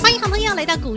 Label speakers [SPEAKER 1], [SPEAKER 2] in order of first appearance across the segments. [SPEAKER 1] 欢迎好朋友来到股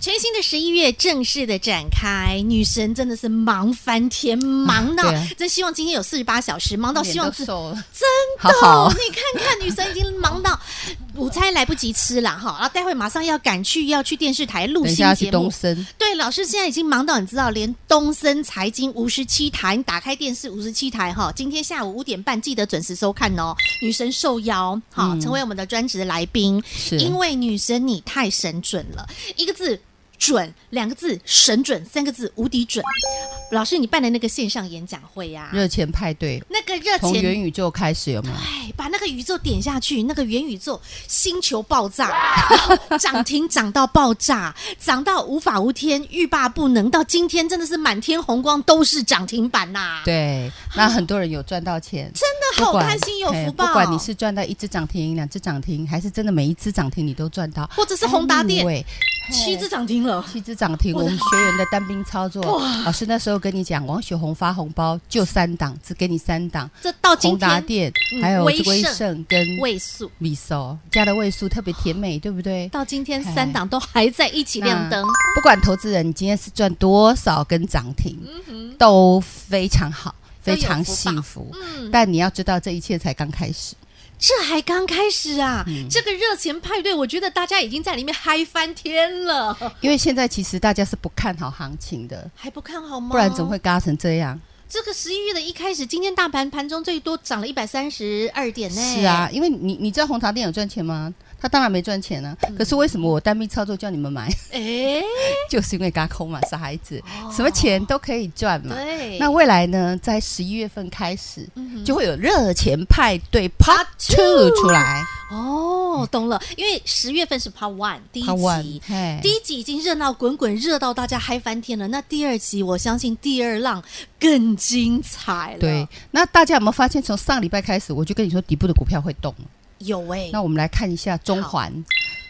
[SPEAKER 1] 全新的十一月正式的展开，女神真的是忙翻天，忙到、
[SPEAKER 2] 对啊
[SPEAKER 1] 真希望今天有四十八小时，忙到希望自
[SPEAKER 2] 脸都瘦了，
[SPEAKER 1] 真的，
[SPEAKER 2] 好好
[SPEAKER 1] 你看看女神已经忙 到午餐来不及吃了哈，然后待会马上要赶去要去电视台录
[SPEAKER 2] 等一
[SPEAKER 1] 新
[SPEAKER 2] 下要去
[SPEAKER 1] 节
[SPEAKER 2] 东
[SPEAKER 1] 目，
[SPEAKER 2] 森，
[SPEAKER 1] 对，老师现在已经忙到你知道，连东森财经五十七台，你打开电视五十七台哈，今天下午五点半记得准时收看哦。女神受邀哈，
[SPEAKER 2] 嗯
[SPEAKER 1] 成为我们的专职的来宾，
[SPEAKER 2] 是
[SPEAKER 1] 因为女神你太神准了，一个字。准两个字，神准三个字，无敌准。老师，你办的那个线上演讲会呀、
[SPEAKER 2] 热钱派对，
[SPEAKER 1] 那个热
[SPEAKER 2] 从
[SPEAKER 1] 钱
[SPEAKER 2] 元宇宙开始有没有？
[SPEAKER 1] 哎，把那个宇宙点下去，那个元宇宙星球爆炸，涨停涨到爆炸，涨到无法无天，欲罢不能。到今天真的是满天红光，都是涨停板呐、，
[SPEAKER 2] 对，那很多人有赚到钱，
[SPEAKER 1] 真的
[SPEAKER 2] 不
[SPEAKER 1] 啊好
[SPEAKER 2] 管
[SPEAKER 1] 开心，有
[SPEAKER 2] 哎
[SPEAKER 1] 福报。
[SPEAKER 2] 不管你是赚到一只涨停、两只涨停，还是真的每一只涨停你都赚到，
[SPEAKER 1] 或者是宏达电、
[SPEAKER 2] 哎
[SPEAKER 1] 七只涨停了，
[SPEAKER 2] 七只涨停，
[SPEAKER 1] 我
[SPEAKER 2] 我
[SPEAKER 1] 的
[SPEAKER 2] 们学员的单兵操作，老师那时候跟你讲，王雪红发红包就三档，只给你三档，
[SPEAKER 1] 这到哦今
[SPEAKER 2] 宏达
[SPEAKER 1] 天
[SPEAKER 2] 电
[SPEAKER 1] 嗯，
[SPEAKER 2] 还有
[SPEAKER 1] 威
[SPEAKER 2] 这个威
[SPEAKER 1] 盛
[SPEAKER 2] 盛跟
[SPEAKER 1] 位数，
[SPEAKER 2] 米寿加的位数特别甜美，对不对？
[SPEAKER 1] 到今天
[SPEAKER 2] 哎
[SPEAKER 1] 三档都还在一起亮灯，
[SPEAKER 2] 不管投资人你今天是赚多少根涨停，
[SPEAKER 1] 嗯
[SPEAKER 2] 都非常好，
[SPEAKER 1] 都有
[SPEAKER 2] 非常
[SPEAKER 1] 福报
[SPEAKER 2] 幸福。
[SPEAKER 1] 嗯，
[SPEAKER 2] 但你要知道，这一切才刚开始。
[SPEAKER 1] 这还刚开始啊！
[SPEAKER 2] 嗯
[SPEAKER 1] 这个热钱派对，我觉得大家已经在里面嗨翻天了，
[SPEAKER 2] 因为现在其实大家是不看好行情的，
[SPEAKER 1] 还不看好吗？
[SPEAKER 2] 不然怎么会嘎成这样？
[SPEAKER 1] 这个十一月的一开始，今天大盘盘中最多涨了一百三十二点呢。
[SPEAKER 2] 是啊，，因为你你知道红茶店有赚钱吗？他当然没赚钱啊。
[SPEAKER 1] 嗯
[SPEAKER 2] 可是为什么我单兵操作叫你们买，
[SPEAKER 1] 哎，
[SPEAKER 2] 就是因为嘎空嘛，傻孩子，什么钱都可以赚嘛。
[SPEAKER 1] 哦对，
[SPEAKER 2] 那未来呢，在十一月份开始，
[SPEAKER 1] 嗯哼
[SPEAKER 2] 就会有热钱派对 Part Two 出来
[SPEAKER 1] 哦，懂了，因为十月份是 Part One 第一
[SPEAKER 2] ，Part
[SPEAKER 1] 集
[SPEAKER 2] One，。嘿哎
[SPEAKER 1] 第一集已经热闹滚滚，热到大家嗨翻天了。那第二集，我相信第二浪更精彩了。
[SPEAKER 2] 对，，那大家有没有发现，从上礼拜开始，我就跟你说底部的股票会动。
[SPEAKER 1] 有哎、
[SPEAKER 2] 那我们来看一下中环，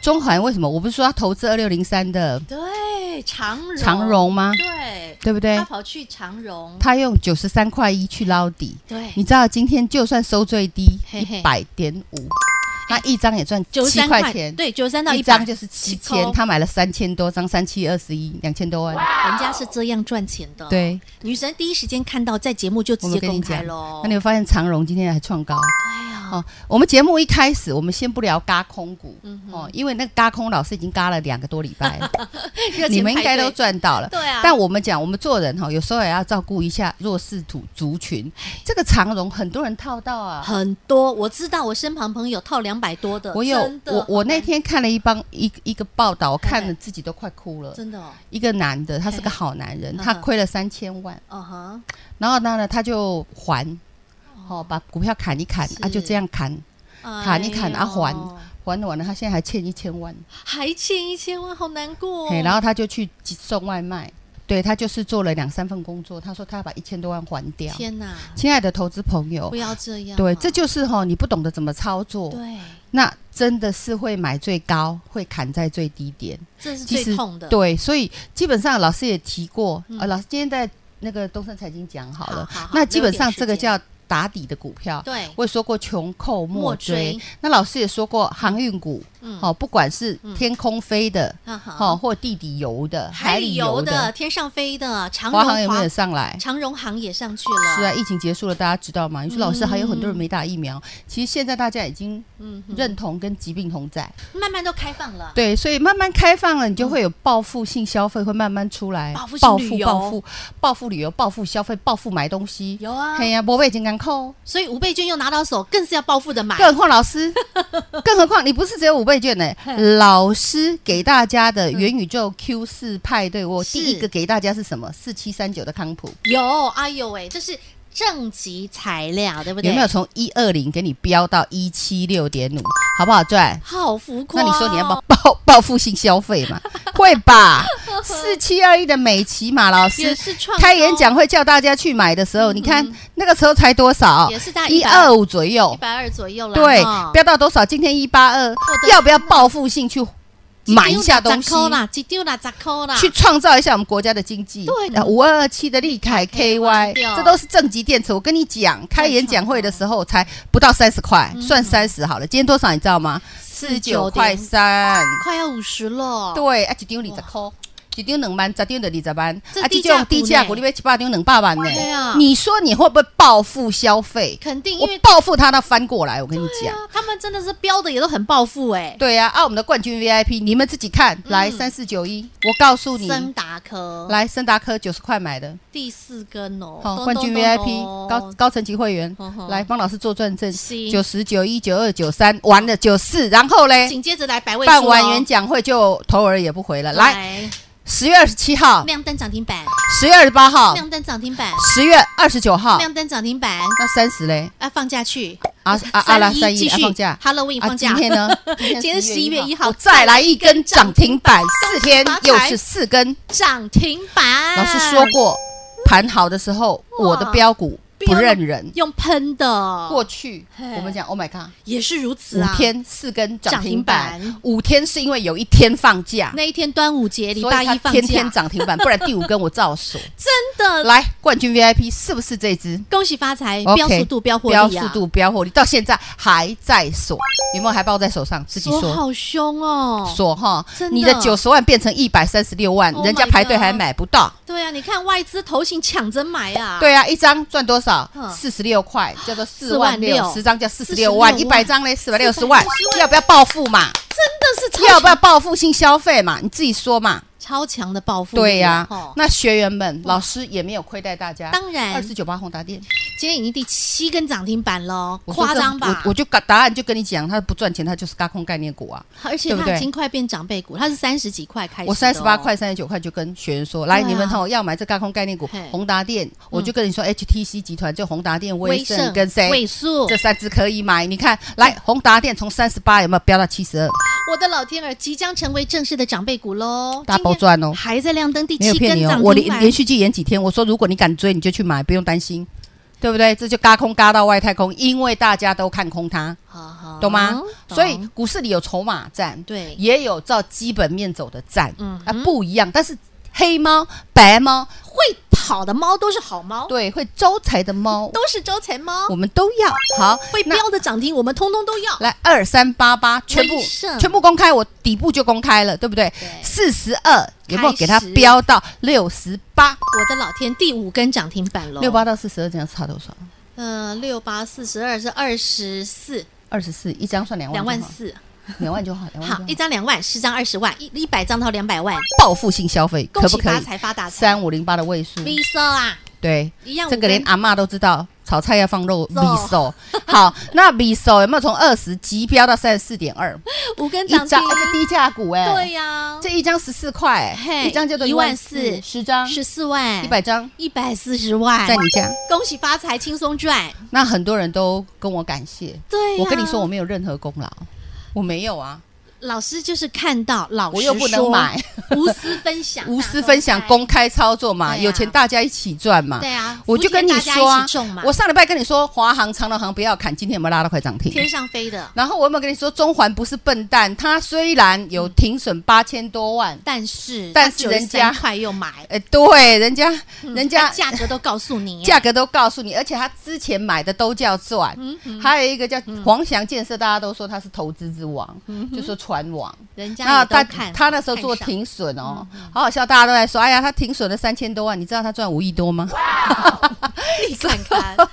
[SPEAKER 2] 中环为什么？我不是说要投资二六零三的
[SPEAKER 1] 对，长荣，
[SPEAKER 2] 长，荣吗？
[SPEAKER 1] 对，
[SPEAKER 2] 对不对
[SPEAKER 1] 他？跑去长荣，
[SPEAKER 2] 他用九十三块一去捞底，
[SPEAKER 1] 对，
[SPEAKER 2] 你知道今天就算收最低
[SPEAKER 1] 嘿嘿
[SPEAKER 2] 一百点五，那一张也赚
[SPEAKER 1] 九十
[SPEAKER 2] 七
[SPEAKER 1] 三
[SPEAKER 2] 块钱，
[SPEAKER 1] 对，九十三到
[SPEAKER 2] 一
[SPEAKER 1] 一
[SPEAKER 2] 张
[SPEAKER 1] 百，
[SPEAKER 2] 就是七
[SPEAKER 1] 七块哦
[SPEAKER 2] 千，他买了三千多张，三七二十一，两千多万。
[SPEAKER 1] 人家是这样赚钱的。。
[SPEAKER 2] 对，
[SPEAKER 1] 女神第一时间看到，在节目就直
[SPEAKER 2] 我
[SPEAKER 1] 接
[SPEAKER 2] 们跟
[SPEAKER 1] 公
[SPEAKER 2] 你
[SPEAKER 1] 开
[SPEAKER 2] 讲，
[SPEAKER 1] 喽。
[SPEAKER 2] 那你会发现长荣今天还创高
[SPEAKER 1] 哎呀，
[SPEAKER 2] 哦。我们节目一开始，我们先不聊嘎空股
[SPEAKER 1] 嗯哼
[SPEAKER 2] 哦，因为那个嘎空老师已经嘎了两个多礼拜了，
[SPEAKER 1] 热情
[SPEAKER 2] 你们应该
[SPEAKER 1] 排队
[SPEAKER 2] 都赚到了。
[SPEAKER 1] 对啊，
[SPEAKER 2] 但我们讲，我们做人哦哈，有时候也要照顾一下弱势族族群。这个长荣很多人套到啊，
[SPEAKER 1] 很多我知道，我身旁朋友套两百多的，
[SPEAKER 2] 我有
[SPEAKER 1] 真的
[SPEAKER 2] 我我那
[SPEAKER 1] 好难
[SPEAKER 2] 天看了一帮一一个报道，我看
[SPEAKER 1] 嘿
[SPEAKER 2] 了
[SPEAKER 1] 嘿
[SPEAKER 2] 自己都快哭了。
[SPEAKER 1] 真的哦，
[SPEAKER 2] 一个男的，他是
[SPEAKER 1] 嘿
[SPEAKER 2] 个
[SPEAKER 1] 嘿
[SPEAKER 2] 好男人，
[SPEAKER 1] 嗯哼
[SPEAKER 2] 他亏了三千万，
[SPEAKER 1] 嗯哼，
[SPEAKER 2] 然后呢他就还，哦，把股票砍一砍
[SPEAKER 1] 是，
[SPEAKER 2] 啊，就这样砍，
[SPEAKER 1] 哎
[SPEAKER 2] 你
[SPEAKER 1] 呦
[SPEAKER 2] 砍啊还还完了，他现在还欠一千万，
[SPEAKER 1] 还欠一千万，好难过哦。
[SPEAKER 2] 嘿，然后他就去送外卖，对他就是做了两三份工作，他说他要把一千多万还掉。
[SPEAKER 1] 天哪，
[SPEAKER 2] 亲爱的投资朋友
[SPEAKER 1] 不，要这样啊，
[SPEAKER 2] 哦对，这就是哈、你不懂得怎么操作，
[SPEAKER 1] 对，
[SPEAKER 2] 那真的是会买最高，会砍在最低点。
[SPEAKER 1] 这是
[SPEAKER 2] 其
[SPEAKER 1] 最
[SPEAKER 2] 实
[SPEAKER 1] 痛的。
[SPEAKER 2] 对，所以基本上老师也提过，
[SPEAKER 1] 嗯
[SPEAKER 2] 呃，老师今天在那个东森财经讲好了，
[SPEAKER 1] 好好好
[SPEAKER 2] 那基本上
[SPEAKER 1] 留点时间
[SPEAKER 2] 这个叫打底的股票。
[SPEAKER 1] 对，
[SPEAKER 2] 我也说过穷寇莫追，
[SPEAKER 1] 莫追
[SPEAKER 2] 那老师也说过航运股，
[SPEAKER 1] 嗯
[SPEAKER 2] 哦，不管是天空飞的，
[SPEAKER 1] 啊哈
[SPEAKER 2] 哦，或地底游的、
[SPEAKER 1] 海里游的、
[SPEAKER 2] 的，
[SPEAKER 1] 天上飞的、长荣
[SPEAKER 2] 华航有没有上来？
[SPEAKER 1] 长荣航也上去了。
[SPEAKER 2] 是啊，，疫情结束了，大家知道吗？你说老师还有很多人没打疫苗，其实现在大家已经
[SPEAKER 1] 嗯哼，
[SPEAKER 2] 认同跟疾病同在，
[SPEAKER 1] 慢慢都开放了。
[SPEAKER 2] 对，所以慢慢开放了，你就会有报复性消费会慢慢出
[SPEAKER 1] 嗯
[SPEAKER 2] 来，
[SPEAKER 1] 报复性
[SPEAKER 2] 报
[SPEAKER 1] 旅
[SPEAKER 2] 复
[SPEAKER 1] 游
[SPEAKER 2] 报复报复旅游、报复消费、报复买东西。
[SPEAKER 1] 有啊，
[SPEAKER 2] 嘿呀、啊，波贝已经刚两扣，
[SPEAKER 1] 所以五倍券又拿到手，更是要报复的买。
[SPEAKER 2] 更何况老师， 更何况你不是只有五倍券呢、老师给大家的元宇宙 Q 四派对，我
[SPEAKER 1] 嗯是
[SPEAKER 2] 第一个给大家是什么？四七三九的康普，
[SPEAKER 1] 有，哎呦喂，这是正极材料，对不对？
[SPEAKER 2] 有没有从一二零给你飙到一七六点五，好不好赚？
[SPEAKER 1] 好浮夸、
[SPEAKER 2] 那
[SPEAKER 1] 哦？
[SPEAKER 2] 你说你要不要报报复性消费 嘛？会吧？四七二一的美琪马老
[SPEAKER 1] 也
[SPEAKER 2] 师
[SPEAKER 1] 是创嗯
[SPEAKER 2] 开演讲会叫大家去买的时候，你看那个时候才多少？
[SPEAKER 1] 也是大概
[SPEAKER 2] 哦一
[SPEAKER 1] 120
[SPEAKER 2] 二五左右
[SPEAKER 1] 一，百二哦左右了，
[SPEAKER 2] 对
[SPEAKER 1] 哈，
[SPEAKER 2] 飙到多少？今天一八二
[SPEAKER 1] 的，
[SPEAKER 2] 要不要报复性去买一下东
[SPEAKER 1] 几
[SPEAKER 2] 西
[SPEAKER 1] 丢啦十块？啦，几丢啦，咋扣啦？
[SPEAKER 2] 去创造一下我们国家的经济。
[SPEAKER 1] 对
[SPEAKER 2] 五二二七的利凯 KY，
[SPEAKER 1] 对
[SPEAKER 2] 这都是正极电池。我跟你讲，开演讲会的时候才不到三十块，
[SPEAKER 1] 嗯
[SPEAKER 2] 算三十好了。今天多少你知道吗？四
[SPEAKER 1] 49.5
[SPEAKER 2] 九块三。
[SPEAKER 1] 快要五十了，
[SPEAKER 2] 对，啊，一张二十块。一张两万，十张就二十万，
[SPEAKER 1] 这
[SPEAKER 2] 啊，
[SPEAKER 1] 低
[SPEAKER 2] 这
[SPEAKER 1] 价股
[SPEAKER 2] 种
[SPEAKER 1] 呢
[SPEAKER 2] 低价股你买一百张两百万呢
[SPEAKER 1] 对啊？
[SPEAKER 2] 你说你会不会报复消费？
[SPEAKER 1] 肯定因
[SPEAKER 2] 我
[SPEAKER 1] 为
[SPEAKER 2] 报复它，它翻过来。我跟你
[SPEAKER 1] 对
[SPEAKER 2] 讲
[SPEAKER 1] 啊，，他们真的是标的也都很暴富哎，
[SPEAKER 2] 对呀，啊，我们的冠军 VIP，你们自己看，
[SPEAKER 1] 嗯
[SPEAKER 2] 来三四九一，我告诉你，
[SPEAKER 1] 森达科
[SPEAKER 2] 来森达科九十块买的，
[SPEAKER 1] 第四根哦，
[SPEAKER 2] 好，
[SPEAKER 1] 咚
[SPEAKER 2] 冠军
[SPEAKER 1] 咚咚哦
[SPEAKER 2] VIP
[SPEAKER 1] 咚
[SPEAKER 2] 高高层级会员
[SPEAKER 1] 嗯哼，
[SPEAKER 2] 来帮老师做转正，
[SPEAKER 1] 行
[SPEAKER 2] 九十九一九二九三，完了九四，然后嘞，
[SPEAKER 1] 紧接着来百位数哦
[SPEAKER 2] 办完演讲会就头儿也不回了。来，十月二十七号，
[SPEAKER 1] 亮灯涨停板，
[SPEAKER 2] 十月二十八号，
[SPEAKER 1] 亮灯涨停板，
[SPEAKER 2] 十月二十九号，
[SPEAKER 1] 亮灯涨停板，
[SPEAKER 2] 那三十嘞，
[SPEAKER 1] 啊放假去
[SPEAKER 2] 啊啊啊啦，
[SPEAKER 1] 31
[SPEAKER 2] 三一
[SPEAKER 1] 继
[SPEAKER 2] 啊
[SPEAKER 1] 续
[SPEAKER 2] 放假。
[SPEAKER 1] ，Halloween
[SPEAKER 2] 啊，
[SPEAKER 1] 放
[SPEAKER 2] 今
[SPEAKER 1] 假，
[SPEAKER 2] 天呢？
[SPEAKER 1] 今天11月1号
[SPEAKER 2] 我再来一根涨停板，四天
[SPEAKER 1] 发财
[SPEAKER 2] 又是四根。
[SPEAKER 1] 涨停板，
[SPEAKER 2] 老师说过，盘好的时候，
[SPEAKER 1] 哎哇
[SPEAKER 2] 我的标股不认人。
[SPEAKER 1] 用喷的，
[SPEAKER 2] 过去
[SPEAKER 1] 哦嘿
[SPEAKER 2] 我们讲，Oh my God，
[SPEAKER 1] 也是如此
[SPEAKER 2] 五
[SPEAKER 1] 啊，
[SPEAKER 2] 天四根涨停
[SPEAKER 1] 涨停板
[SPEAKER 2] 板，五天是因为有一天放假，
[SPEAKER 1] 那一天端午节礼
[SPEAKER 2] 所
[SPEAKER 1] 拜
[SPEAKER 2] 以它
[SPEAKER 1] 一放假，呃
[SPEAKER 2] 天天涨 停板，不然第五根我照锁。
[SPEAKER 1] 真的
[SPEAKER 2] 来，冠军 VIP 是不是这只？
[SPEAKER 1] 恭喜发财，
[SPEAKER 2] OK，
[SPEAKER 1] 哎标速度标获利
[SPEAKER 2] 标
[SPEAKER 1] 啊，
[SPEAKER 2] 速度、标获利，到现在还在锁，有没有还抱在手上？自己
[SPEAKER 1] 锁
[SPEAKER 2] 说。
[SPEAKER 1] 好凶哦，
[SPEAKER 2] 锁哈
[SPEAKER 1] 真，的
[SPEAKER 2] 你的 Oh 九十万变成一百三十六万
[SPEAKER 1] Oh，my
[SPEAKER 2] 人家排队
[SPEAKER 1] God
[SPEAKER 2] 还买不到。
[SPEAKER 1] 对啊，你看外资投信抢着买啊，
[SPEAKER 2] 对啊，一张赚多少
[SPEAKER 1] 嗯？
[SPEAKER 2] 四十六块，叫 做四万六，
[SPEAKER 1] 46
[SPEAKER 2] 十张叫四十六万，一
[SPEAKER 1] 46
[SPEAKER 2] 百张嘞四百六十万
[SPEAKER 1] 460，
[SPEAKER 2] 要不要暴富嘛？
[SPEAKER 1] 真的是
[SPEAKER 2] 要
[SPEAKER 1] 超
[SPEAKER 2] 不要报复性消费嘛？你自己说嘛。
[SPEAKER 1] 超强的暴富力，啊
[SPEAKER 2] 对呀、
[SPEAKER 1] 吼
[SPEAKER 2] 那学员们、老师也没有亏待大家。
[SPEAKER 1] 当然
[SPEAKER 2] 二四九八宏达店，
[SPEAKER 1] 今天已经第七根涨停板喽，
[SPEAKER 2] 我说
[SPEAKER 1] 夸
[SPEAKER 2] 这
[SPEAKER 1] 张吧？
[SPEAKER 2] 我我就答案就跟你讲，他不赚钱，他就是高空概念股啊。
[SPEAKER 1] 而且
[SPEAKER 2] 对不
[SPEAKER 1] 它已
[SPEAKER 2] 对
[SPEAKER 1] 经快变长辈股，它是三十几块开始的哦，
[SPEAKER 2] 我三十八块、三十九块就跟学员说，来，
[SPEAKER 1] 对啊
[SPEAKER 2] 你们吼要买这高空概念股
[SPEAKER 1] 嘿，嗯
[SPEAKER 2] 宏达电，我就跟你说，HTC 集团就宏达电、威
[SPEAKER 1] 威
[SPEAKER 2] 盛
[SPEAKER 1] 盛
[SPEAKER 2] 跟谁？
[SPEAKER 1] 尾数
[SPEAKER 2] 这，三只可以买，你看，来宏达电从三十八有没有飙到七十二？
[SPEAKER 1] 我的老天儿，即将成为正式的长辈股喽，
[SPEAKER 2] 大包赚哦
[SPEAKER 1] 今天还在亮灯第
[SPEAKER 2] 没有
[SPEAKER 1] 七
[SPEAKER 2] 骗
[SPEAKER 1] 根
[SPEAKER 2] 你哦
[SPEAKER 1] 涨，
[SPEAKER 2] 我
[SPEAKER 1] 停
[SPEAKER 2] 连
[SPEAKER 1] 板
[SPEAKER 2] 连，续剧演几天，我说如果你敢追，你就去买，不用担心，对不
[SPEAKER 1] 哦
[SPEAKER 2] 对？这就嘎空嘎到外太空，因为大家都看空它，
[SPEAKER 1] 好好
[SPEAKER 2] 懂吗？
[SPEAKER 1] 哦懂
[SPEAKER 2] 所以股市里有筹码战，
[SPEAKER 1] 对
[SPEAKER 2] 也有照基本面走的战，
[SPEAKER 1] 嗯
[SPEAKER 2] 啊不一样，但是。黑猫、白猫，
[SPEAKER 1] 会跑的猫都是好猫，
[SPEAKER 2] 对，哦会招财的猫，
[SPEAKER 1] 都是招财猫
[SPEAKER 2] 我，们都要好。
[SPEAKER 1] 会标的涨停，我们通通都要。
[SPEAKER 2] 来二三八八，全部
[SPEAKER 1] 威盛
[SPEAKER 2] 全部公开，我底部就公开了，对不对？
[SPEAKER 1] 对
[SPEAKER 2] 四十二有没有给它
[SPEAKER 1] 开始
[SPEAKER 2] 标到六十八？
[SPEAKER 1] 我的老天，第五根涨停板喽，
[SPEAKER 2] 六，八到四十二，这样差多少？
[SPEAKER 1] 呃，六八四十二是二十四，
[SPEAKER 2] 二十四，一张算两万，
[SPEAKER 1] 两万，四，
[SPEAKER 2] 两万就好，两万就
[SPEAKER 1] 好
[SPEAKER 2] 好，
[SPEAKER 1] 一张两万，十张二十万，一一百张到两百万，
[SPEAKER 2] 报复性消费
[SPEAKER 1] 恭
[SPEAKER 2] 可不
[SPEAKER 1] 喜
[SPEAKER 2] 可
[SPEAKER 1] 发
[SPEAKER 2] 以？
[SPEAKER 1] 财发大财
[SPEAKER 2] 三五零八的位数，
[SPEAKER 1] ，Visa 啊，
[SPEAKER 2] 对，
[SPEAKER 1] 一样五
[SPEAKER 2] 这
[SPEAKER 1] 根，
[SPEAKER 2] 个连阿嬷都知道，炒菜要放肉米
[SPEAKER 1] 肉
[SPEAKER 2] 手。好，那米手有没有从二十急飙到三十四点 二？
[SPEAKER 1] 五根
[SPEAKER 2] 一
[SPEAKER 1] 涨
[SPEAKER 2] 张
[SPEAKER 1] 停，
[SPEAKER 2] 这低价股哎，
[SPEAKER 1] 对呀，
[SPEAKER 2] 这一张十四块
[SPEAKER 1] 嘿，
[SPEAKER 2] 一张叫做一万四，
[SPEAKER 1] 14,000
[SPEAKER 2] 十张
[SPEAKER 1] 十四万，
[SPEAKER 2] 一百张
[SPEAKER 1] 一百四十万
[SPEAKER 2] 在，你家。
[SPEAKER 1] 恭喜发财，轻松赚，
[SPEAKER 2] 那很多人都跟我感谢，
[SPEAKER 1] 对呀，
[SPEAKER 2] 我跟你说我没有任何功劳，我没有啊，
[SPEAKER 1] 老师就是看到老师
[SPEAKER 2] 我又不能
[SPEAKER 1] 说
[SPEAKER 2] 买，
[SPEAKER 1] 无私分享，
[SPEAKER 2] 无私分享，公开操作嘛，
[SPEAKER 1] 对啊
[SPEAKER 2] 有钱大家一起赚嘛。
[SPEAKER 1] 对啊，
[SPEAKER 2] 我就跟你
[SPEAKER 1] 福田
[SPEAKER 2] 说
[SPEAKER 1] 大家
[SPEAKER 2] 啊
[SPEAKER 1] 一起种嘛，，
[SPEAKER 2] 我上礼拜跟你说华航、长隆航不要砍，今天有没有拉到快涨停？
[SPEAKER 1] 天上飞的，
[SPEAKER 2] 然后我有没有跟你说中环不是笨蛋？它虽然有停损八千多万，
[SPEAKER 1] 但是
[SPEAKER 2] 但是人家
[SPEAKER 1] 快又 买，
[SPEAKER 2] 哎，对，人家
[SPEAKER 1] 嗯
[SPEAKER 2] 人
[SPEAKER 1] 它
[SPEAKER 2] 家
[SPEAKER 1] 价格都告诉你，
[SPEAKER 2] 价格都告诉你，而且他之前买的都叫赚，
[SPEAKER 1] 嗯
[SPEAKER 2] 还有一个叫黄翔建设，大家都说他是投资之王，就说船王。
[SPEAKER 1] 人嗯家
[SPEAKER 2] 那
[SPEAKER 1] 也
[SPEAKER 2] 啊他
[SPEAKER 1] 都看嗯
[SPEAKER 2] 他那时候做，停损哦，好好笑，大家都在说，哎呀，他停损了三千多万，你知道他赚五亿多吗？
[SPEAKER 1] 看上你看 看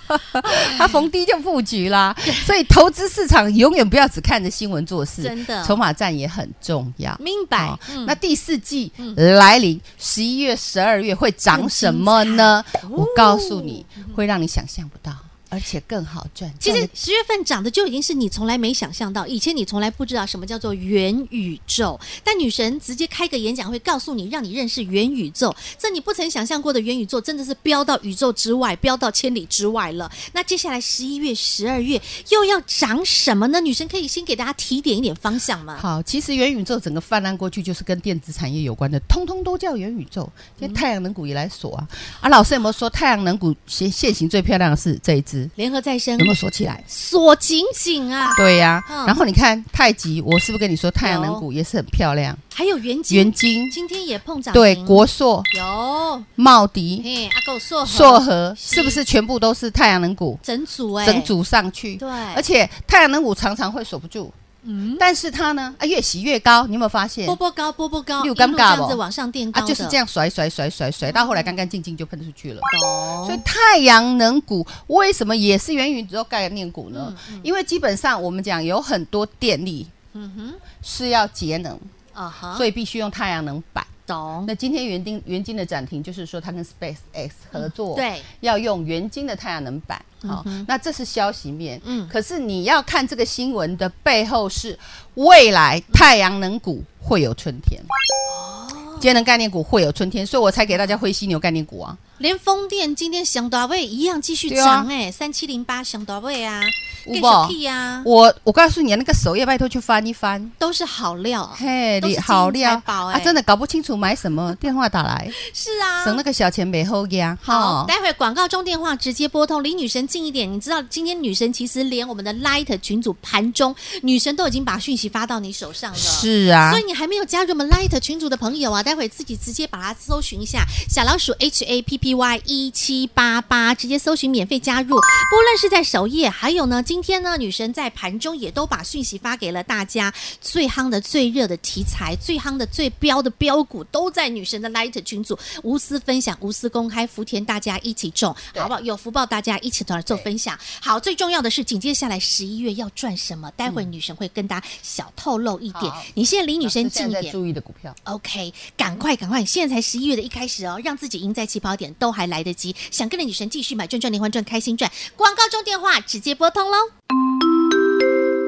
[SPEAKER 2] 他逢低就布 局啦。所以投资市场永远不要只看着新闻做事，
[SPEAKER 1] 真的
[SPEAKER 2] 筹码战也很重要。
[SPEAKER 1] 明白
[SPEAKER 2] 哦？
[SPEAKER 1] 嗯
[SPEAKER 2] 那第四季来临，十
[SPEAKER 1] 哦
[SPEAKER 2] 一月、十二月会长什么呢？我告诉你，会让你想象不到。而且更好赚。
[SPEAKER 1] 其
[SPEAKER 2] 赚
[SPEAKER 1] 实
[SPEAKER 2] 得
[SPEAKER 1] 十月份涨的就已经是你从来没想象到，以前你从来不知道什么叫做元宇宙，但女神直接开个演讲会告诉你，让你认识元宇宙，这你不曾想象过的元宇宙，真的是飙到宇宙之外，飙到千里之外了。那接下来十一月、十二月又要涨什么呢？女神可以先给大家提点一点方向吗？
[SPEAKER 2] 好，其实元宇宙整个泛滥过去就是跟电子产业有关的，通通都叫元宇宙。今天太阳能股也来锁啊，啊，老师有没有说太阳能股现现行最漂亮的是这一只？
[SPEAKER 1] 联合再生
[SPEAKER 2] 有没有锁起来？
[SPEAKER 1] 锁紧紧啊，
[SPEAKER 2] 对呀、
[SPEAKER 1] 嗯
[SPEAKER 2] 然后你看太极，我是不是跟你说太阳能股也是很漂亮？
[SPEAKER 1] 还有元晶，
[SPEAKER 2] 元晶
[SPEAKER 1] 今天也碰涨停，
[SPEAKER 2] 对，国硕、
[SPEAKER 1] 有，
[SPEAKER 2] 茂迪、
[SPEAKER 1] 嘿，阿狗硕和
[SPEAKER 2] 硕和，是不
[SPEAKER 1] 是
[SPEAKER 2] 是全部都是太阳能股？
[SPEAKER 1] 整组哎、
[SPEAKER 2] 整组上去，
[SPEAKER 1] 对，
[SPEAKER 2] 而且太阳能股常常会锁不住，
[SPEAKER 1] 嗯，
[SPEAKER 2] 但是它呢，啊，越洗越高，你有没有发现
[SPEAKER 1] 波？波高，波波高，
[SPEAKER 2] 你
[SPEAKER 1] 一
[SPEAKER 2] 有
[SPEAKER 1] 路
[SPEAKER 2] 尴尬不
[SPEAKER 1] 这样子往上垫高的
[SPEAKER 2] 啊，
[SPEAKER 1] 嗯
[SPEAKER 2] 就是这。样甩甩甩甩甩，到后来干干净净就喷出去了。
[SPEAKER 1] 懂
[SPEAKER 2] 所以太阳能股为什么也是源于宇宙概念股呢？因为基本上我们讲有很多电力
[SPEAKER 1] 嗯哼，
[SPEAKER 2] 是要节能，
[SPEAKER 1] 啊哈，
[SPEAKER 2] 所以必须用太阳能板。
[SPEAKER 1] 懂，
[SPEAKER 2] 那今天元晶元晶的涨停，就是说它跟 Space X 合作，
[SPEAKER 1] 对，
[SPEAKER 2] 要用元晶的太阳能板。好、那这是消息面。
[SPEAKER 1] 嗯
[SPEAKER 2] 可是你要看这个新闻的背后是未来太阳能股会有春天，
[SPEAKER 1] 哦
[SPEAKER 2] 节能概念股会有春天，所以我才给大家灰犀牛概念股啊。
[SPEAKER 1] 连风电今天祥达位一样继续
[SPEAKER 2] 对啊
[SPEAKER 1] 涨哎，三七零八祥达位啊，
[SPEAKER 2] 有
[SPEAKER 1] 更
[SPEAKER 2] 不
[SPEAKER 1] 小屁啊，
[SPEAKER 2] 我我告诉你，那个首页拜托去翻一翻。
[SPEAKER 1] 都是好料啊，
[SPEAKER 2] 嘿，
[SPEAKER 1] 都是金
[SPEAKER 2] 你
[SPEAKER 1] 银
[SPEAKER 2] 好料
[SPEAKER 1] 财宝
[SPEAKER 2] 啊！
[SPEAKER 1] 哎
[SPEAKER 2] 真的搞不清楚买 什么，电话打来，
[SPEAKER 1] 是啊，
[SPEAKER 2] 省那啊个小钱没后呀。
[SPEAKER 1] 好，
[SPEAKER 2] 哈
[SPEAKER 1] 待会儿广告中电话直接拨通，离女神近一点。你知道今天女神其实连我们的 Light 群组盘中，女神都已经把讯息发到你手上了。
[SPEAKER 2] 是啊
[SPEAKER 1] 所，以你还没有加入我们 Light 群组的朋友啊，待会自己直接把它搜寻一下，小老鼠 H A P P Y 一七八八，直接搜寻免费加入。不论是在首页，还有呢，今天呢，女神在盘中也都把讯息发给了大家，最夯的、最热的题材、最夯的、最标的标股，都在女神的 Light 群组，无私分享、无私公开，福田大家一起种，
[SPEAKER 2] 对
[SPEAKER 1] 好不好？有福报大家一起来做分享。好，最重要的是，紧接下来十一月要赚什么？待会女神会跟大家小透露一点
[SPEAKER 2] 好。
[SPEAKER 1] 你现在离女
[SPEAKER 2] 老师
[SPEAKER 1] 生近
[SPEAKER 2] 现
[SPEAKER 1] 一
[SPEAKER 2] 在在
[SPEAKER 1] 点。
[SPEAKER 2] 注意的股票，
[SPEAKER 1] OK，赶快赶快！现在才十一月的一开始哦，让自己赢在起跑点都还来得及。想跟着女神继续买赚赚连环赚开心赚，广告中电话直接拨通喽。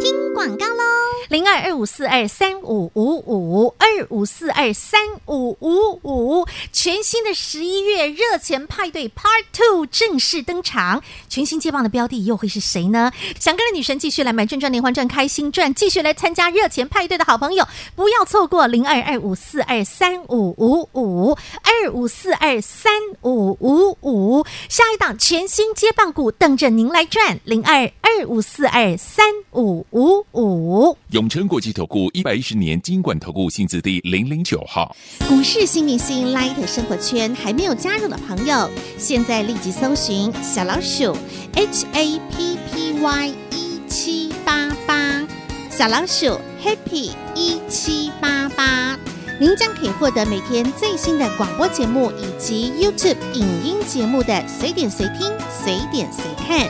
[SPEAKER 1] 听广告喽，零二二五四二三五五五二五四二三五五五，全新的十一月热钱派对 Part Two 正式登场，全新接棒的标的又会是谁呢？想跟着女神继续来买赚赚连环赚开心赚，继续来参加热钱派对的好朋友，不要错过零二二五四二三五五五二五四二三五五五，下一档全新接棒股等着您来赚，零二二五四二三五五五。
[SPEAKER 3] 永诚国际投顾一百一十年金管投顾性质第零零九号，
[SPEAKER 1] 股市新明星 Light 生活圈还没有加入的朋友，现在立即搜寻小老鼠 HAPPY 一 E 七八八，小老鼠 Happy 一七八八，您将可以获得每天最新的广播节目以及 YouTube 影音节目的随点随听、随点随看。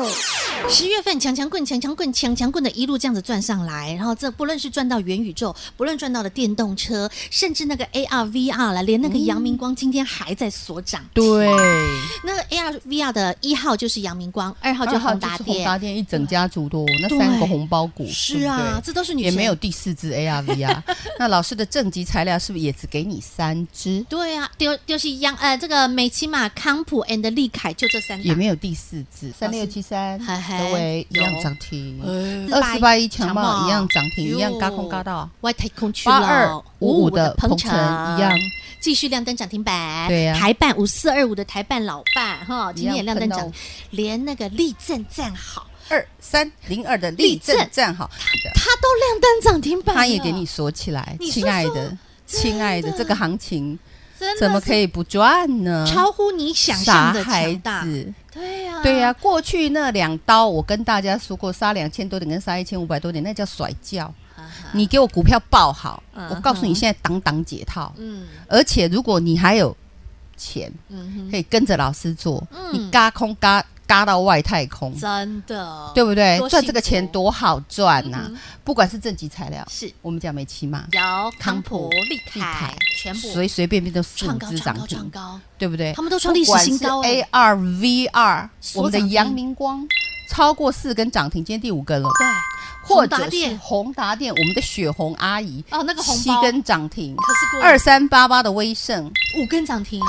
[SPEAKER 4] Go！
[SPEAKER 1] 十月份强强棍、强强棍、强强棍的一路这样子赚上来，然后这不论是赚到元宇宙，不论赚到了电动车，甚至那个 AR、VR 了，连那个阳明光今天还在所涨。
[SPEAKER 2] 对，
[SPEAKER 1] 那 AR、VR 的一号就是阳明光，二哦号就
[SPEAKER 2] 二号
[SPEAKER 1] 宏
[SPEAKER 2] 啊就
[SPEAKER 1] 达
[SPEAKER 2] 是宏
[SPEAKER 1] 电，
[SPEAKER 2] 达电一整家族的哦，那
[SPEAKER 1] 对
[SPEAKER 2] 三个红包股，
[SPEAKER 1] 是
[SPEAKER 2] 对不
[SPEAKER 1] 啊
[SPEAKER 2] 对，
[SPEAKER 1] 这都是女
[SPEAKER 2] 也
[SPEAKER 1] 神
[SPEAKER 2] 没有第四只 ARV 啊。那老师的正极材料是不是也只给你三只？
[SPEAKER 1] 对啊，丢丢是一样，呃，这个美琪玛、康普 and 利凯就这三
[SPEAKER 2] 也
[SPEAKER 1] 档，
[SPEAKER 2] 没有第四只，三六七三，
[SPEAKER 1] 嘿嘿
[SPEAKER 2] 德维一
[SPEAKER 1] 有呃
[SPEAKER 2] 样涨停，
[SPEAKER 1] 四
[SPEAKER 2] 二四八一强
[SPEAKER 1] 强
[SPEAKER 2] 茂
[SPEAKER 1] 茂
[SPEAKER 2] 一样涨停，一样
[SPEAKER 1] 哟
[SPEAKER 2] 高空高到。
[SPEAKER 1] 外太空去
[SPEAKER 2] 八二
[SPEAKER 1] 了，
[SPEAKER 2] 五五的鹏程一样，
[SPEAKER 1] 继续亮灯涨停板，
[SPEAKER 2] 对啊
[SPEAKER 1] 台办五四二五的台办老办哈，今天也亮灯
[SPEAKER 2] 一样
[SPEAKER 1] 涨
[SPEAKER 2] 喷，哦
[SPEAKER 1] 连那个立正站好，
[SPEAKER 2] 二三零二的立正
[SPEAKER 1] 立正
[SPEAKER 2] 站好，
[SPEAKER 1] 它都亮灯涨停板了，
[SPEAKER 2] 他也给你锁起来，
[SPEAKER 1] 你
[SPEAKER 2] 亲
[SPEAKER 1] 说
[SPEAKER 2] 爱
[SPEAKER 1] 说
[SPEAKER 2] 的，亲爱的，这个行情
[SPEAKER 1] 真的
[SPEAKER 2] 怎么
[SPEAKER 1] 是
[SPEAKER 2] 可以不赚呢？
[SPEAKER 1] 超乎你想象
[SPEAKER 2] 傻
[SPEAKER 1] 的
[SPEAKER 2] 孩
[SPEAKER 1] 强大？
[SPEAKER 2] 子，
[SPEAKER 1] 对呀，
[SPEAKER 2] 对呀、，过去那两刀，我跟大家说过，杀两千多点跟杀一千五百多点，那叫甩轿。
[SPEAKER 1] 啊
[SPEAKER 2] 你给我股票爆好，
[SPEAKER 1] 嗯
[SPEAKER 2] 我告诉你，
[SPEAKER 1] 哼
[SPEAKER 2] 现在挡挡解套，
[SPEAKER 1] 嗯，
[SPEAKER 2] 而且如果你还有钱，
[SPEAKER 1] 嗯
[SPEAKER 2] 可以跟着老师做，
[SPEAKER 1] 嗯
[SPEAKER 2] 你嘎空嘎嘎到外太空
[SPEAKER 1] 哼，，真的，
[SPEAKER 2] 对不对
[SPEAKER 1] 多？
[SPEAKER 2] 赚
[SPEAKER 1] 幸
[SPEAKER 2] 这个钱
[SPEAKER 1] 福
[SPEAKER 2] 多好赚呐、
[SPEAKER 1] 嗯
[SPEAKER 2] 不管是正极材料，
[SPEAKER 1] 是
[SPEAKER 2] 我们讲美琪嘛，
[SPEAKER 1] 姚康
[SPEAKER 2] 康
[SPEAKER 1] 普
[SPEAKER 2] 普、
[SPEAKER 1] 利
[SPEAKER 2] 利
[SPEAKER 1] 凯
[SPEAKER 2] 凯，
[SPEAKER 1] 全部
[SPEAKER 2] 随随便便都四
[SPEAKER 1] 创
[SPEAKER 2] 五
[SPEAKER 1] 高、
[SPEAKER 2] 只
[SPEAKER 1] 创高、
[SPEAKER 2] 涨
[SPEAKER 1] 创
[SPEAKER 2] 停，
[SPEAKER 1] 高，
[SPEAKER 2] 对不对？
[SPEAKER 1] 他们都创历史新高哎
[SPEAKER 2] A。R V R，
[SPEAKER 1] 所
[SPEAKER 2] 我们的
[SPEAKER 1] 涨停
[SPEAKER 2] 阳明光超过四根涨停，今天第五根了。
[SPEAKER 1] 对，
[SPEAKER 2] 或
[SPEAKER 1] 宏达
[SPEAKER 2] 者是
[SPEAKER 1] 电
[SPEAKER 2] 宏达店，我们的雪红阿姨
[SPEAKER 1] 哦那个红
[SPEAKER 2] 七
[SPEAKER 1] 包
[SPEAKER 2] 根涨停，
[SPEAKER 1] 可是过了
[SPEAKER 2] 二三八八的威盛，
[SPEAKER 1] 五根涨停，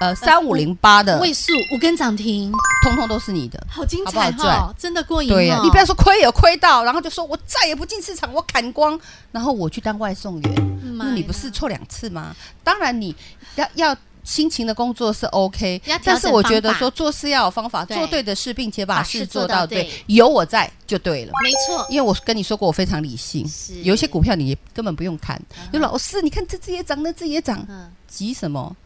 [SPEAKER 2] 呃，三五零八的，
[SPEAKER 1] 位数五根涨停，
[SPEAKER 2] 通通都是你的。
[SPEAKER 1] 好精
[SPEAKER 2] 好不
[SPEAKER 1] 彩
[SPEAKER 2] 好
[SPEAKER 1] 哈
[SPEAKER 2] 赚，
[SPEAKER 1] 真的过瘾
[SPEAKER 2] 对呀、啊
[SPEAKER 1] 哦！
[SPEAKER 2] 你不要说亏也亏到，然后就说我再也不进市场，我砍光，然后我去当外送员，
[SPEAKER 1] 妈呀，
[SPEAKER 2] 那你不是错两次吗？当然你要要。辛勤的工作是 OK，
[SPEAKER 1] 要调整
[SPEAKER 2] 但是我觉得
[SPEAKER 1] 方法
[SPEAKER 2] 说做事要有方法，
[SPEAKER 1] 对
[SPEAKER 2] 做对的事，并且
[SPEAKER 1] 把
[SPEAKER 2] 把
[SPEAKER 1] 事
[SPEAKER 2] 事
[SPEAKER 1] 做
[SPEAKER 2] 做
[SPEAKER 1] 到
[SPEAKER 2] 到对
[SPEAKER 1] 对，
[SPEAKER 2] 有我在就对了。
[SPEAKER 1] 没错，
[SPEAKER 2] 因为我跟你说过，我非常理性
[SPEAKER 1] 是，
[SPEAKER 2] 有一些股票你也根本不用看。有老师，你看这只也涨，那只也涨，
[SPEAKER 1] 嗯，
[SPEAKER 2] 急什么？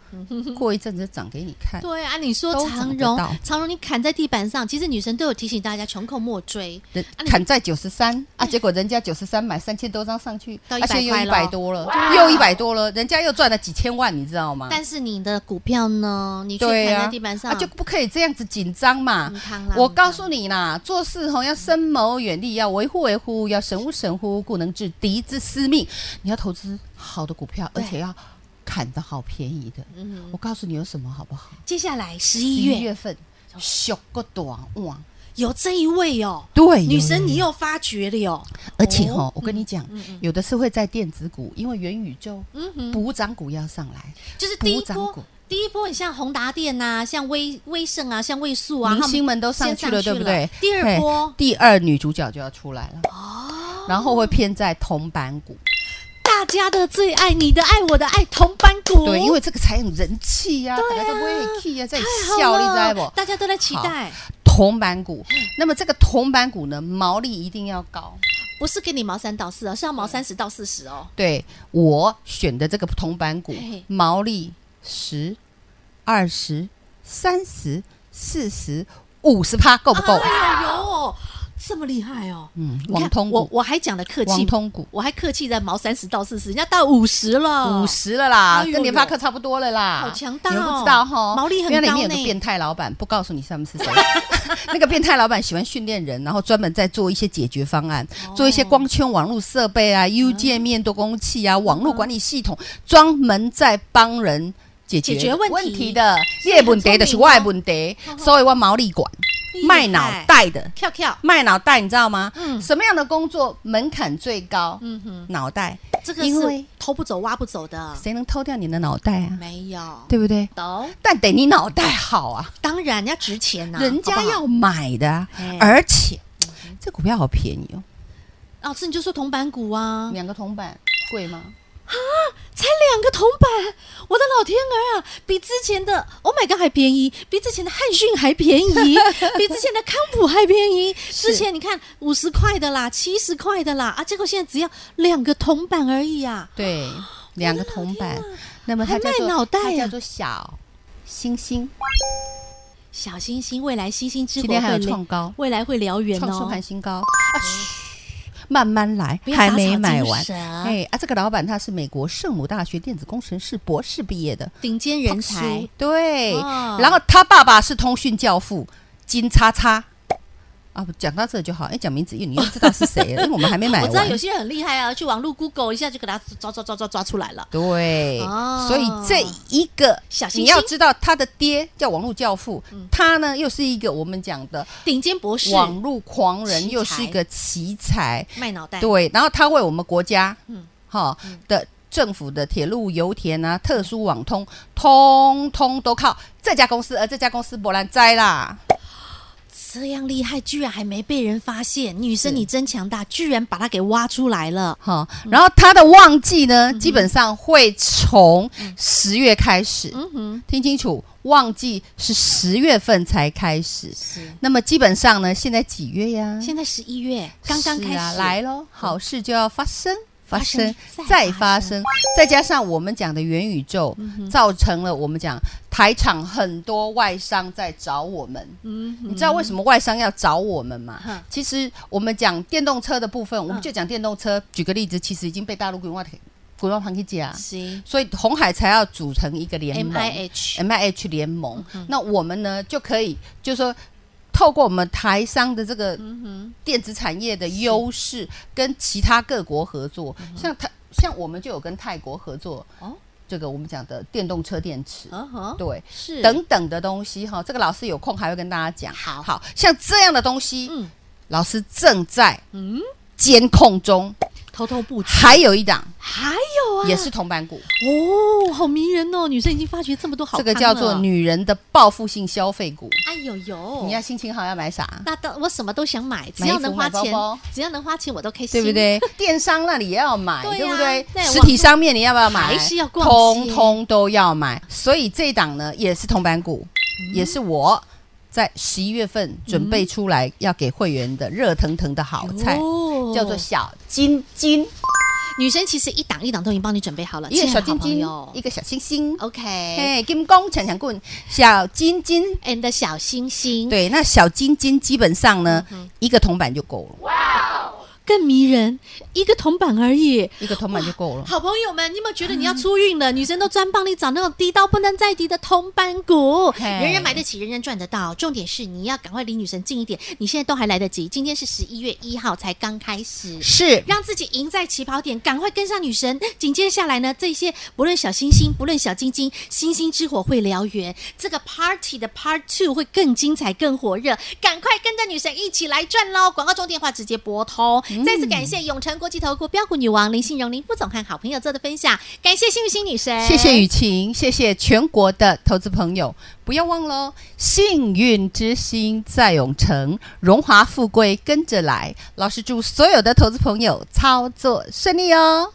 [SPEAKER 2] 过一阵子就涨给你看。
[SPEAKER 1] 对啊，你说
[SPEAKER 2] 都
[SPEAKER 1] 长
[SPEAKER 2] 涨得
[SPEAKER 1] 荣
[SPEAKER 2] 到，
[SPEAKER 1] 长荣你砍在地板上，其实女神都有提醒大家穷寇莫追，
[SPEAKER 2] 人
[SPEAKER 1] 啊你
[SPEAKER 2] 砍在九十三啊，结果人家九十三买三千多张上去，
[SPEAKER 1] 到
[SPEAKER 2] 啊
[SPEAKER 1] 100
[SPEAKER 2] 现在又
[SPEAKER 1] 块
[SPEAKER 2] 一
[SPEAKER 1] 咯
[SPEAKER 2] 百多了，又一百多了，人家又赚了几千万，你知道吗？
[SPEAKER 1] 但是你的股票呢，你去
[SPEAKER 2] 嗯对
[SPEAKER 1] 砍
[SPEAKER 2] 啊
[SPEAKER 1] 在地板
[SPEAKER 2] 啊
[SPEAKER 1] 上，
[SPEAKER 2] 就不可以这样子紧张嘛
[SPEAKER 1] 嗯当然！
[SPEAKER 2] 我告诉你啦，做事吼要深谋远虑，要维护维护，要神乎神乎，故能治敌之私命。你要投资好的股票，
[SPEAKER 1] 对
[SPEAKER 2] 而且要砍得好便宜的。
[SPEAKER 1] 嗯
[SPEAKER 2] 我告诉你有什么好不好？
[SPEAKER 1] 接下来十
[SPEAKER 2] 十
[SPEAKER 1] 一
[SPEAKER 2] 一
[SPEAKER 1] 月
[SPEAKER 2] 月份小个短袜，
[SPEAKER 1] 有这一位哦，
[SPEAKER 2] 对，
[SPEAKER 1] 女神
[SPEAKER 2] 有
[SPEAKER 1] 你又发掘了哟，
[SPEAKER 2] 而且吼
[SPEAKER 1] 哦，
[SPEAKER 2] 我跟你讲，有的是会在电子股，因为元宇宙
[SPEAKER 1] 嗯哼，
[SPEAKER 2] 补涨股要上来，
[SPEAKER 1] 就是第一
[SPEAKER 2] 补涨
[SPEAKER 1] 波
[SPEAKER 2] 股，
[SPEAKER 1] 第一波你像宏达电呐、像威威盛啊，像位数啊，
[SPEAKER 2] 明
[SPEAKER 1] 他
[SPEAKER 2] 星们都上
[SPEAKER 1] 先
[SPEAKER 2] 去了，对不对？
[SPEAKER 1] 第二
[SPEAKER 2] 嘿
[SPEAKER 1] 波
[SPEAKER 2] 第二女主角就要出来了，然后会偏在铜板股，
[SPEAKER 1] 大家的最爱，你的爱，我的爱，同班股，
[SPEAKER 2] 对，因为这个才有人气呀，
[SPEAKER 1] 啊
[SPEAKER 2] 大家在胃气呀，在笑，你知道不？
[SPEAKER 1] 大家都在期待，
[SPEAKER 2] 铜板股，那么这个铜板股呢，毛利一定要高。
[SPEAKER 1] 不是给你毛三到四啊，是要毛三十到四十哦。
[SPEAKER 2] 对我选的这个铜板股
[SPEAKER 1] 嘿，
[SPEAKER 2] 毛利十、二十、三十、四十、五十趴，够不够？
[SPEAKER 1] 哎呦呦，这么厉害哦！
[SPEAKER 2] 嗯，
[SPEAKER 1] 你看
[SPEAKER 2] 网通
[SPEAKER 1] 我
[SPEAKER 2] 股，
[SPEAKER 1] 我还讲的客气
[SPEAKER 2] 网，通股
[SPEAKER 1] 我还客气在毛三十到四十，人家到五十了，
[SPEAKER 2] 五十了啦，
[SPEAKER 1] 哎呦
[SPEAKER 2] 跟联发科差不多了啦，
[SPEAKER 1] 好强大哦
[SPEAKER 2] 你们不知道哈，
[SPEAKER 1] 毛利很
[SPEAKER 2] 因为
[SPEAKER 1] 高
[SPEAKER 2] 里面有
[SPEAKER 1] 呢
[SPEAKER 2] 个变态老板，不告诉你他们是谁。 那个变态老板喜欢训练人，然后专门在做一些解决方案，
[SPEAKER 1] 哦
[SPEAKER 2] 做一些光圈网络设备
[SPEAKER 1] 嗯
[SPEAKER 2] 啊、U 界面多工器啊、网络管理系统，专门在帮人。解决
[SPEAKER 1] 解决问题
[SPEAKER 2] 的，
[SPEAKER 1] 所以
[SPEAKER 2] 业
[SPEAKER 1] 很
[SPEAKER 2] 问题就是
[SPEAKER 1] 聪明哦
[SPEAKER 2] 外问题，所以我毛利管
[SPEAKER 1] 厉害
[SPEAKER 2] 卖脑袋的，
[SPEAKER 1] 跳跳，
[SPEAKER 2] 卖脑袋，你知道吗？
[SPEAKER 1] 嗯
[SPEAKER 2] 什么样的工作门槛最高？
[SPEAKER 1] 嗯哼，
[SPEAKER 2] 脑袋，
[SPEAKER 1] 这个
[SPEAKER 2] 因
[SPEAKER 1] 是
[SPEAKER 2] 为
[SPEAKER 1] 偷不走挖不走的，
[SPEAKER 2] 谁能偷掉你的脑袋啊？
[SPEAKER 1] 没有，
[SPEAKER 2] 对不对？
[SPEAKER 1] 懂？
[SPEAKER 2] 但得你脑袋好啊，
[SPEAKER 1] 当然人家值钱呐，
[SPEAKER 2] 人
[SPEAKER 1] 好
[SPEAKER 2] 家
[SPEAKER 1] 不好
[SPEAKER 2] 要买的啊
[SPEAKER 1] 哎，嗯
[SPEAKER 2] 而且这股票好便宜哦，
[SPEAKER 1] 老师，你就说铜板股啊，
[SPEAKER 2] 两个铜板贵吗？
[SPEAKER 1] 才两个铜板，我的老天儿啊，比之前的 Oh my God 还便宜，比之前的汉讯还便 宜，比之前的康普还便宜。之前你看五十块的啦，七十块的啦，啊，结果现在只要两个铜板而已啊，
[SPEAKER 2] 对，两个铜板，哦那么它
[SPEAKER 1] 还
[SPEAKER 2] 叫做
[SPEAKER 1] 卖脑袋
[SPEAKER 2] 它
[SPEAKER 1] 啊
[SPEAKER 2] 叫做小星星，
[SPEAKER 1] 小星星，未来星星之
[SPEAKER 2] 今
[SPEAKER 1] 火
[SPEAKER 2] 天还
[SPEAKER 1] 会
[SPEAKER 2] 有
[SPEAKER 1] 聊
[SPEAKER 2] 创高，
[SPEAKER 1] 未来会燎原
[SPEAKER 2] 创收盘
[SPEAKER 1] 哦。
[SPEAKER 2] 新高啊，嘘，慢慢来
[SPEAKER 1] 不，要
[SPEAKER 2] 还
[SPEAKER 1] 打
[SPEAKER 2] 没
[SPEAKER 1] 草
[SPEAKER 2] 买
[SPEAKER 1] 惊
[SPEAKER 2] 完。
[SPEAKER 1] 蛇
[SPEAKER 2] 哎啊，这个老板他是美国圣母大学电子工程师博士毕业的，
[SPEAKER 1] 顶尖人才，
[SPEAKER 2] 对，
[SPEAKER 1] 哦
[SPEAKER 2] 然后他爸爸是通讯教父金叉叉啊，不讲到这就好，哎，讲名字，因为你又知道是谁 了，因为我们还没买
[SPEAKER 1] 我知道
[SPEAKER 2] 完
[SPEAKER 1] 有。些人很厉害啊，去网络 Google 一下就给他抓抓抓抓抓出来了。
[SPEAKER 2] 对，
[SPEAKER 1] 哦
[SPEAKER 2] 所以这一个
[SPEAKER 1] 小星星
[SPEAKER 2] 你要知道，他的爹叫网络教父，
[SPEAKER 1] 嗯
[SPEAKER 2] 他呢又是一个我们讲的
[SPEAKER 1] 顶尖博士，
[SPEAKER 2] 网络狂人，
[SPEAKER 1] 奇
[SPEAKER 2] 又是一个奇才，
[SPEAKER 1] 卖脑袋，
[SPEAKER 2] 对，然后他为我们国家，
[SPEAKER 1] 嗯
[SPEAKER 2] 嗯，哈的政府的铁路、油田啊、特殊网通，通通都靠这家公司，而这家公司博兰灾啦，
[SPEAKER 1] 这样厉害，居然还没被人发现。女生
[SPEAKER 2] 是
[SPEAKER 1] 你真强大，居然把它给挖出来了。
[SPEAKER 2] 哈。然后它的旺季
[SPEAKER 1] 嗯
[SPEAKER 2] 呢，基本上会从十月开始，
[SPEAKER 1] 嗯哼，
[SPEAKER 2] 听清楚，旺季是十月份才开始。
[SPEAKER 1] 是。
[SPEAKER 2] 那么基本上呢，现在几月呀？
[SPEAKER 1] 现在十一月刚刚开
[SPEAKER 2] 嗯是
[SPEAKER 1] 始，嗯
[SPEAKER 2] 啊、来喽，好事就要发生。发生
[SPEAKER 1] 发生嗯再
[SPEAKER 2] 再
[SPEAKER 1] 发
[SPEAKER 2] 发
[SPEAKER 1] 生
[SPEAKER 2] 生，再加上我们讲的元宇宙，造成了我们讲台场很多外商在找我们。
[SPEAKER 1] 嗯哼，嗯
[SPEAKER 2] 你知道为什么外商要找我们吗
[SPEAKER 1] 哼？
[SPEAKER 2] 其
[SPEAKER 1] 嗯
[SPEAKER 2] 实我们讲电动车的部分，我们就讲电动车。举个例子，其实已经被大陆规划股票团去借啊。
[SPEAKER 1] 是
[SPEAKER 2] 所以红海才要组成一个联
[SPEAKER 1] M
[SPEAKER 2] 盟
[SPEAKER 1] I H，
[SPEAKER 2] M I H 联盟。
[SPEAKER 1] 嗯
[SPEAKER 2] 那我们呢就可以，就是说透过我们台商的这个
[SPEAKER 1] 嗯
[SPEAKER 2] 电子产业的优势，跟其他各国合作，像台像我们就有跟泰国合作
[SPEAKER 1] 嗯哦
[SPEAKER 2] 哦，这个我们讲的电动车电池，
[SPEAKER 1] 嗯哼，
[SPEAKER 2] 对。
[SPEAKER 1] 是
[SPEAKER 2] 等等的东西哈，这个老师有空还会跟大家讲。
[SPEAKER 1] 好
[SPEAKER 2] 好像这样的东西，
[SPEAKER 1] 嗯
[SPEAKER 2] 老师正在
[SPEAKER 1] 嗯
[SPEAKER 2] 监控中。
[SPEAKER 1] 偷偷布局，
[SPEAKER 2] 还有一档
[SPEAKER 1] 还有啊，
[SPEAKER 2] 也是铜板股，
[SPEAKER 1] 哦，好迷人哦，女生已经发觉这么多好，啊
[SPEAKER 2] 这个叫做，女人的报复性消费股。
[SPEAKER 1] 哎呦呦，
[SPEAKER 2] 你要心情好要买啥？
[SPEAKER 1] 那都我什么都想买，只
[SPEAKER 2] 买衣
[SPEAKER 1] 要
[SPEAKER 2] 服
[SPEAKER 1] 能花
[SPEAKER 2] 买包
[SPEAKER 1] 钱
[SPEAKER 2] 包，
[SPEAKER 1] 只要能花钱我都开心，
[SPEAKER 2] 对不？对？电商那里也要买，
[SPEAKER 1] 对呀
[SPEAKER 2] 对不
[SPEAKER 1] 对
[SPEAKER 2] 对？实
[SPEAKER 1] 网
[SPEAKER 2] 体商面你要不要买？
[SPEAKER 1] 还是要逛街
[SPEAKER 2] 通通都要买。所以这一档呢也是铜板股，
[SPEAKER 1] 嗯
[SPEAKER 2] 也是我在十一月份准备出来要给会员的热腾腾的好菜，
[SPEAKER 1] 哦
[SPEAKER 2] 叫做小金金，
[SPEAKER 1] 女生其实一档一档都已经帮你准备好了，
[SPEAKER 2] 一个
[SPEAKER 1] 亲爱的
[SPEAKER 2] 小
[SPEAKER 1] 好
[SPEAKER 2] 金
[SPEAKER 1] 朋
[SPEAKER 2] 金
[SPEAKER 1] 友，哦
[SPEAKER 2] 一个小星星。
[SPEAKER 1] ，OK，
[SPEAKER 2] 哎，金光强强棍，小金金。
[SPEAKER 1] ，and 小星星，，
[SPEAKER 2] 对，那小金金基本上呢，
[SPEAKER 1] 嗯
[SPEAKER 2] 一个铜板就够了，
[SPEAKER 1] 更迷人，一个铜板而已。
[SPEAKER 2] 一个铜板就够了。
[SPEAKER 1] 好朋友们，你有没有觉得你要出运了？女生都专帮你找那种低到不能再低的铜板股，
[SPEAKER 2] 嘿
[SPEAKER 1] 人人买得起，人人赚得到。重点是你要赶快离女神近一点，你现在都还来得及。今天是十一月一号，才刚开始。
[SPEAKER 2] 是，
[SPEAKER 1] 让自己赢在起跑点，赶快跟上女神。紧接下来呢，这些不论小星星，不论小晶晶，星星之火会燎原，这个 party 的 part two 会更精彩、更火热。赶快跟着女神一起来赚喽！广告中电话直接拨通。
[SPEAKER 2] 嗯
[SPEAKER 1] 再次感谢永诚国际投顾标股女王林信荣林副总和好朋友做的分享，感谢幸运星女神，
[SPEAKER 2] 谢谢雨晴，谢谢全国的投资朋友，不要忘喽！幸运之星在永城，荣华富贵跟着来。老师祝所有的投资朋友操作顺利哦！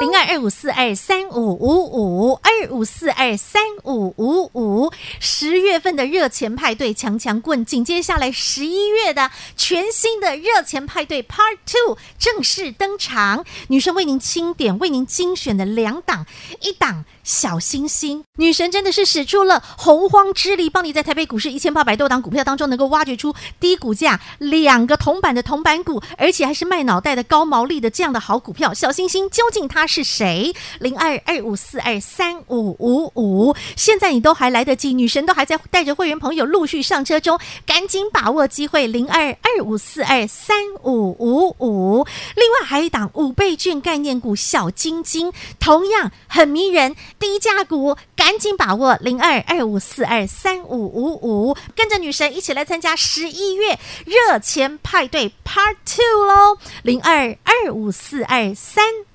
[SPEAKER 1] 零二二五四二三五五五二五四二三五五五。十月份的热钱派对强强棍，紧接下来十一月的全新的热钱派对 Part Two 正式登场，女神为您清点，为您精选的两档，一档小星星，女神真的是使出了洪荒之力，帮你在台北股市一千八百多档股票当中，能够挖掘出低股价两个铜板的铜板股，而且还是卖脑袋的高毛利的这样的好股票。小星星究竟它是谁？零二二五四二三五五五，现在你都还来得及，女神都还在带着会员朋友陆续上车中，赶紧把握机会。零二二五四二三五五五，另外还有一档五倍券概念股小晶晶，同样很迷人，低价股，赶紧把握零二二五四二三五五五，跟着女神一起来参加十一月热钱派对 Part Two 喽，零二二五四二三